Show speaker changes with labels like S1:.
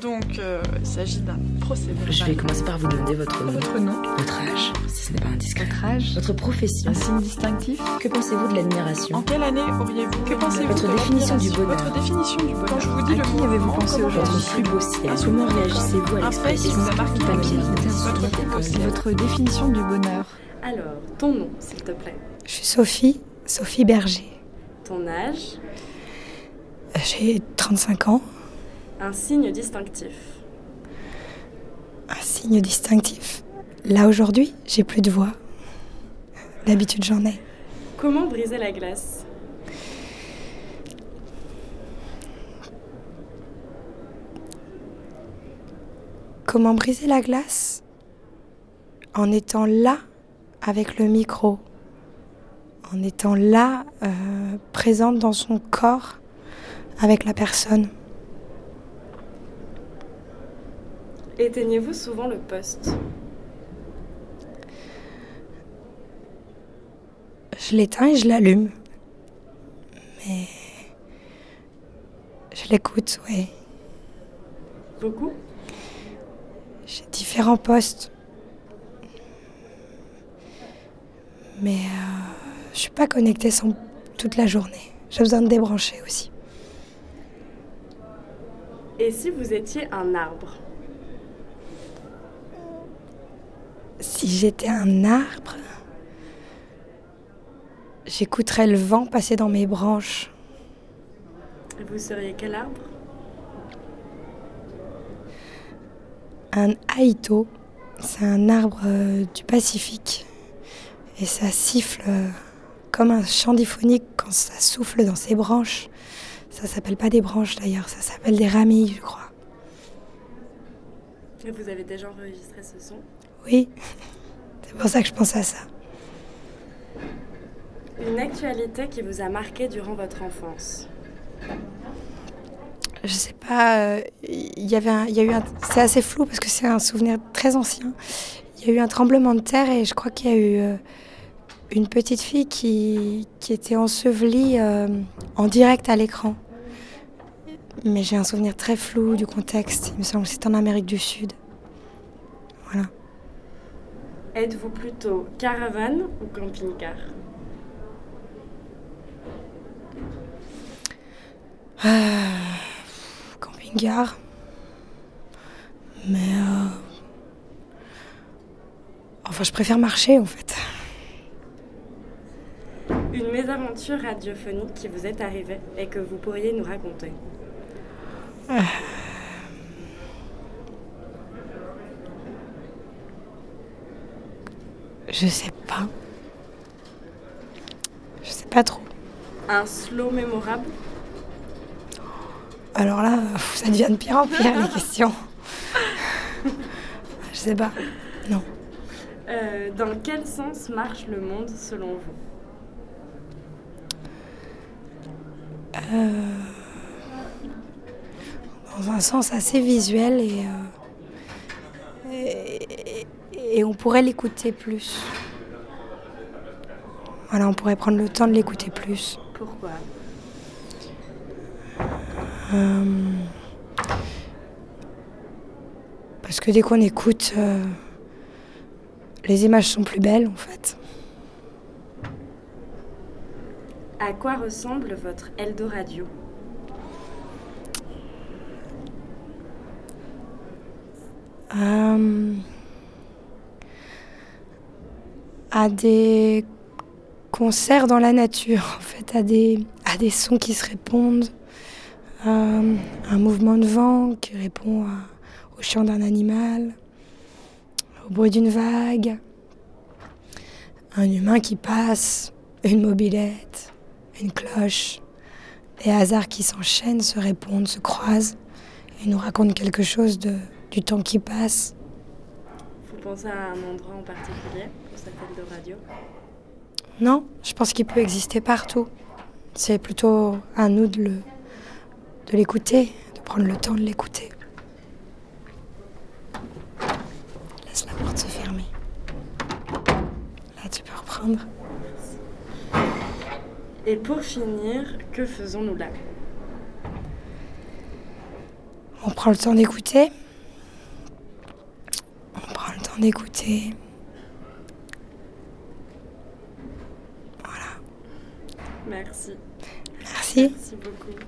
S1: Donc, euh, il s'agit d'un procès verbal.
S2: Je vais commencer par vous demander votre nom,
S1: Votre nom,
S2: votre âge, si ce n'est pas indiscret,
S3: Votre âge
S2: votre profession.
S3: Un signe distinctif
S2: Que pensez-vous de
S1: en
S2: l'admiration
S1: quelle année auriez-vous Que pensez-vous
S2: Votre
S1: de
S2: définition du
S1: l'admiration
S2: bonheur.
S1: Votre définition du bonheur. Quand je vous dis
S3: À
S1: le
S3: qui
S1: mot
S3: avez-vous
S1: moment,
S3: pensé
S1: comment
S3: aujourd'hui
S2: Votre
S1: pensez-vous
S2: plus beau ciel. Comment réagissez-vous à
S1: Un fait qui
S2: l'expression
S1: vous a marqué dans la
S2: papier
S1: vie.
S2: notation
S1: Votre plus beau ciel.
S3: Votre définition du bonheur
S4: Alors, ton nom, s'il te plaît.
S5: Je suis Sophie, Sophie Berger.
S4: Ton âge
S5: J'ai 35 ans.
S4: Un signe distinctif.
S5: Un signe distinctif. Là aujourd'hui, j'ai plus de voix. D'habitude, j'en ai.
S4: Comment briser la glace
S5: Comment briser la glace En étant là avec le micro. En étant là, euh, présente dans son corps avec la personne.
S4: Éteignez-vous souvent le poste
S5: Je l'éteins et je l'allume. Mais je l'écoute, oui.
S4: Beaucoup
S5: J'ai différents postes. Mais euh, je suis pas connectée sans- toute la journée. J'ai besoin de débrancher aussi.
S4: Et si vous étiez un arbre
S5: Si j'étais un arbre, j'écouterais le vent passer dans mes branches.
S4: Vous seriez quel arbre
S5: Un haïto, c'est un arbre euh, du Pacifique. Et ça siffle euh, comme un chant diphonique quand ça souffle dans ses branches. Ça s'appelle pas des branches d'ailleurs, ça s'appelle des ramilles, je crois.
S4: Et Vous avez déjà enregistré ce son
S5: Oui, c'est pour ça que je pense à ça.
S4: Une actualité qui vous a marqué durant votre enfance
S5: Je sais pas, euh, il y avait, un- il y a eu un, c'est assez flou parce que c'est un souvenir très ancien. Il y a eu un tremblement de terre et je crois qu'il y a eu euh, une petite fille qui, qui était ensevelie euh, en direct à l'écran. Mais j'ai un souvenir très flou du contexte. Il me semble que c'était en Amérique du Sud.
S4: Êtes-vous plutôt caravane ou camping-car
S5: Euh, camping-car. Mais. euh, Enfin, je préfère marcher en fait.
S4: Une mésaventure radiophonique qui vous est arrivée et que vous pourriez nous raconter
S5: Je sais pas. Je sais pas trop.
S4: Un slow mémorable
S5: Alors là, euh, ça devient de pire en pire les questions. Je sais pas.
S4: Euh, Dans quel sens marche le monde selon vous
S5: Euh, Dans un sens assez visuel et. euh, et- et- et on pourrait l'écouter plus. Voilà, on pourrait prendre le temps de l'écouter plus.
S4: Pourquoi
S5: Euh, Parce que dès qu'on écoute, euh, les images sont plus belles en fait.
S4: À quoi ressemble votre Eldoradio
S5: Euh, à des concerts dans la nature en fait, à des, à des sons qui se répondent, euh, un mouvement de vent qui répond à- au chant d'un animal, au bruit d'une vague, un humain qui passe, une mobilette, une cloche, des hasards qui s'enchaînent, se répondent, se croisent et nous racontent quelque chose de, du temps qui passe.
S4: Vous pensez à un endroit en particulier pour cet Eldoradio
S5: Non, je pense qu'il peut exister partout. C'est plutôt à nous de le- de l'écouter, de, prendre le temps de l'écouter. Laisse la porte se fermer. Là, tu peux reprendre.
S4: Et pour finir, que faisons-nous là
S5: On prend le temps d'écouter. On prend le temps d'écouter.
S4: Merci.
S5: Merci.
S4: Merci beaucoup.